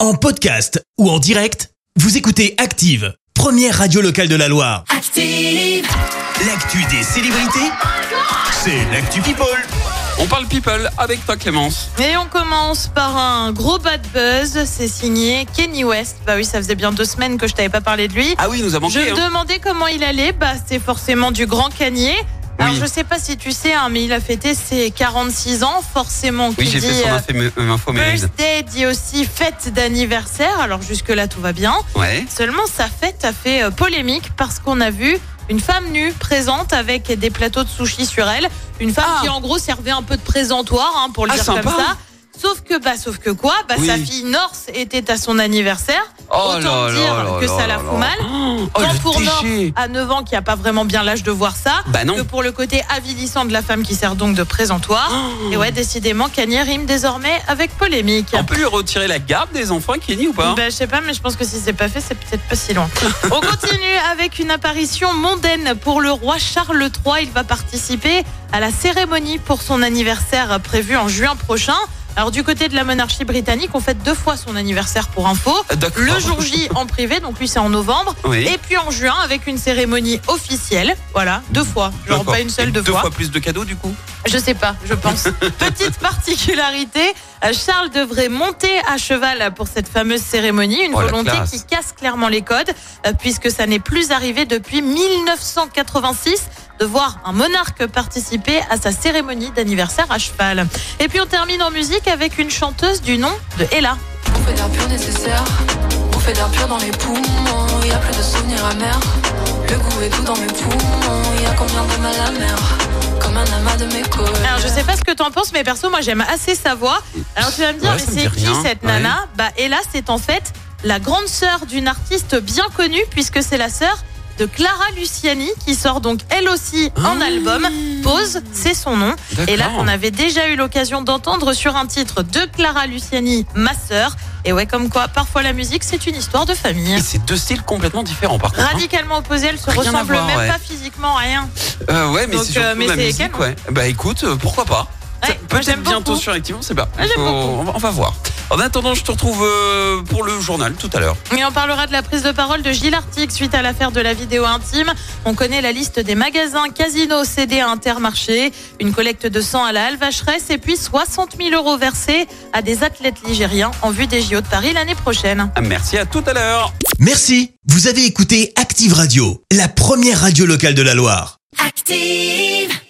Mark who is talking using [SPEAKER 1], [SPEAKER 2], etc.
[SPEAKER 1] En podcast ou en direct, vous écoutez Active, première radio locale de la Loire.
[SPEAKER 2] Active,
[SPEAKER 1] L'actu des célébrités, c'est l'actu People.
[SPEAKER 3] On parle people avec toi Clémence.
[SPEAKER 4] Et on commence par un gros bad buzz. C'est signé Kenny West. Bah oui, ça faisait bien deux semaines que je t'avais pas parlé de lui.
[SPEAKER 3] Ah oui, il nous a
[SPEAKER 4] Je
[SPEAKER 3] manqué.
[SPEAKER 4] me
[SPEAKER 3] hein.
[SPEAKER 4] demandais comment il allait. Bah, c'est forcément du grand canier. Alors,
[SPEAKER 3] Oui.
[SPEAKER 4] je sais pas si tu sais, hein, mais il a fêté ses 46 ans. Forcément,
[SPEAKER 3] Oui,
[SPEAKER 4] qui
[SPEAKER 3] j'ai
[SPEAKER 4] dit
[SPEAKER 3] fait son
[SPEAKER 4] euh,
[SPEAKER 3] infomé- euh, infoméride.
[SPEAKER 4] birthday dit aussi fête d'anniversaire. Alors, jusque-là, tout va bien.
[SPEAKER 3] Ouais.
[SPEAKER 4] Seulement, sa fête a fait euh, polémique parce qu'on a vu une femme nue présente avec des plateaux de sushi sur elle. Une femme
[SPEAKER 3] Ah.
[SPEAKER 4] qui, en gros, servait un peu de présentoir, hein, pour le
[SPEAKER 3] Ah,
[SPEAKER 4] dire
[SPEAKER 3] sympa.
[SPEAKER 4] comme ça. Sauf que, bah, sauf que quoi bah,
[SPEAKER 3] Oui.
[SPEAKER 4] Sa fille Norse était à son anniversaire. Autant dire que ça la fout mal.
[SPEAKER 3] Oh,
[SPEAKER 4] Tant
[SPEAKER 3] le
[SPEAKER 4] pour
[SPEAKER 3] déchet.
[SPEAKER 4] À 9 ans, qui a pas vraiment bien l'âge de voir ça.
[SPEAKER 3] Bah
[SPEAKER 4] Que
[SPEAKER 3] non.
[SPEAKER 4] pour le côté avilissant de la femme qui sert donc de présentoir.
[SPEAKER 3] Ah.
[SPEAKER 4] Et ouais, décidément, Kanye rime désormais avec polémique.
[SPEAKER 3] On peut lui retirer la garde des enfants, Kenny, ou pas hein
[SPEAKER 4] Ben, je sais pas, mais je pense que si c'est pas fait, c'est peut-être pas si loin. On continue avec une apparition mondaine pour le roi Charles III. Il va participer à la cérémonie pour son anniversaire prévu en juin prochain. Alors du côté de la monarchie britannique, on fête deux fois son anniversaire pour info.
[SPEAKER 3] Euh, D'accord.
[SPEAKER 4] Le jour J en privé, donc lui c'est en novembre.
[SPEAKER 3] Oui.
[SPEAKER 4] Et puis en juin avec une cérémonie officielle. Voilà, deux fois. Genre
[SPEAKER 3] D'accord.
[SPEAKER 4] pas une
[SPEAKER 3] Et
[SPEAKER 4] seule, deux,
[SPEAKER 3] deux
[SPEAKER 4] fois.
[SPEAKER 3] fois plus de cadeaux, du coup.
[SPEAKER 4] Je sais pas, je pense. Petite particularité, euh, Charles devrait monter à cheval pour cette fameuse cérémonie, une
[SPEAKER 3] Oh, la
[SPEAKER 4] volonté
[SPEAKER 3] classe.
[SPEAKER 4] qui casse clairement les codes, euh, puisque ça n'est plus arrivé depuis 1986 de voir un monarque participer à sa cérémonie d'anniversaire à cheval. Et puis on termine en musique avec une chanteuse du nom de Ella.
[SPEAKER 5] On fait d'air pur nécessaire, on fait d'air pur dans les poumons, y a plus de souvenirs amers. Le goût est doux dans mes poumons, y a combien de mal amers, comme un amas de mes côtes.
[SPEAKER 4] Alors je sais pas ce que t'en penses, mais perso moi j'aime assez sa voix. Alors tu vas me dire,
[SPEAKER 3] Ouais, ça me
[SPEAKER 4] mais c'est
[SPEAKER 3] dit
[SPEAKER 4] qui
[SPEAKER 3] rien.
[SPEAKER 4] cette
[SPEAKER 3] Ouais.
[SPEAKER 4] nana Bah Ella, c'est en fait la grande sœur d'une artiste bien connue, puisque c'est la sœur de Clara Luciani, qui sort donc elle aussi un
[SPEAKER 3] Ah.
[SPEAKER 4] album. Pose, c'est son nom. Et là,
[SPEAKER 3] D'accord.
[SPEAKER 4] on avait déjà eu l'occasion d'entendre sur un titre de Clara Luciani, ma sœur. Et ouais, comme quoi, parfois la musique, c'est une histoire de famille.
[SPEAKER 3] Et c'est deux styles complètement différents, par contre. hein.
[SPEAKER 4] Radicalement opposées, elles se
[SPEAKER 3] Rien à
[SPEAKER 4] ressemblent
[SPEAKER 3] voir,
[SPEAKER 4] même
[SPEAKER 3] ouais.
[SPEAKER 4] pas physiquement, rien.
[SPEAKER 3] Euh, ouais, mais
[SPEAKER 4] Donc,
[SPEAKER 3] c'est
[SPEAKER 4] euh,
[SPEAKER 3] surtout
[SPEAKER 4] mais
[SPEAKER 3] la
[SPEAKER 4] c'est
[SPEAKER 3] musique,
[SPEAKER 4] canon.
[SPEAKER 3] ouais. Bah écoute, euh, pourquoi pas Ça-
[SPEAKER 4] Ouais,
[SPEAKER 3] Peut-être
[SPEAKER 4] j'aime
[SPEAKER 3] bientôt
[SPEAKER 4] beaucoup.
[SPEAKER 3] sur Active, on sait pas.
[SPEAKER 4] Ouais, j'aime beaucoup.
[SPEAKER 3] on, va, on va voir. En attendant, je te retrouve euh, pour le journal tout à l'heure.
[SPEAKER 4] Et on parlera de la prise de parole de Gilles Artic suite à l'affaire de la vidéo intime. On connaît la liste des magasins, casinos, CD à Intermarché, une collecte de sang à la Alvacheresse et puis 60 000 euros versés à des athlètes ligériens en vue des JO de Paris l'année prochaine.
[SPEAKER 3] Ah, Merci, à tout à l'heure.
[SPEAKER 1] Merci, vous avez écouté Active Radio, la première radio locale de la Loire.
[SPEAKER 2] active.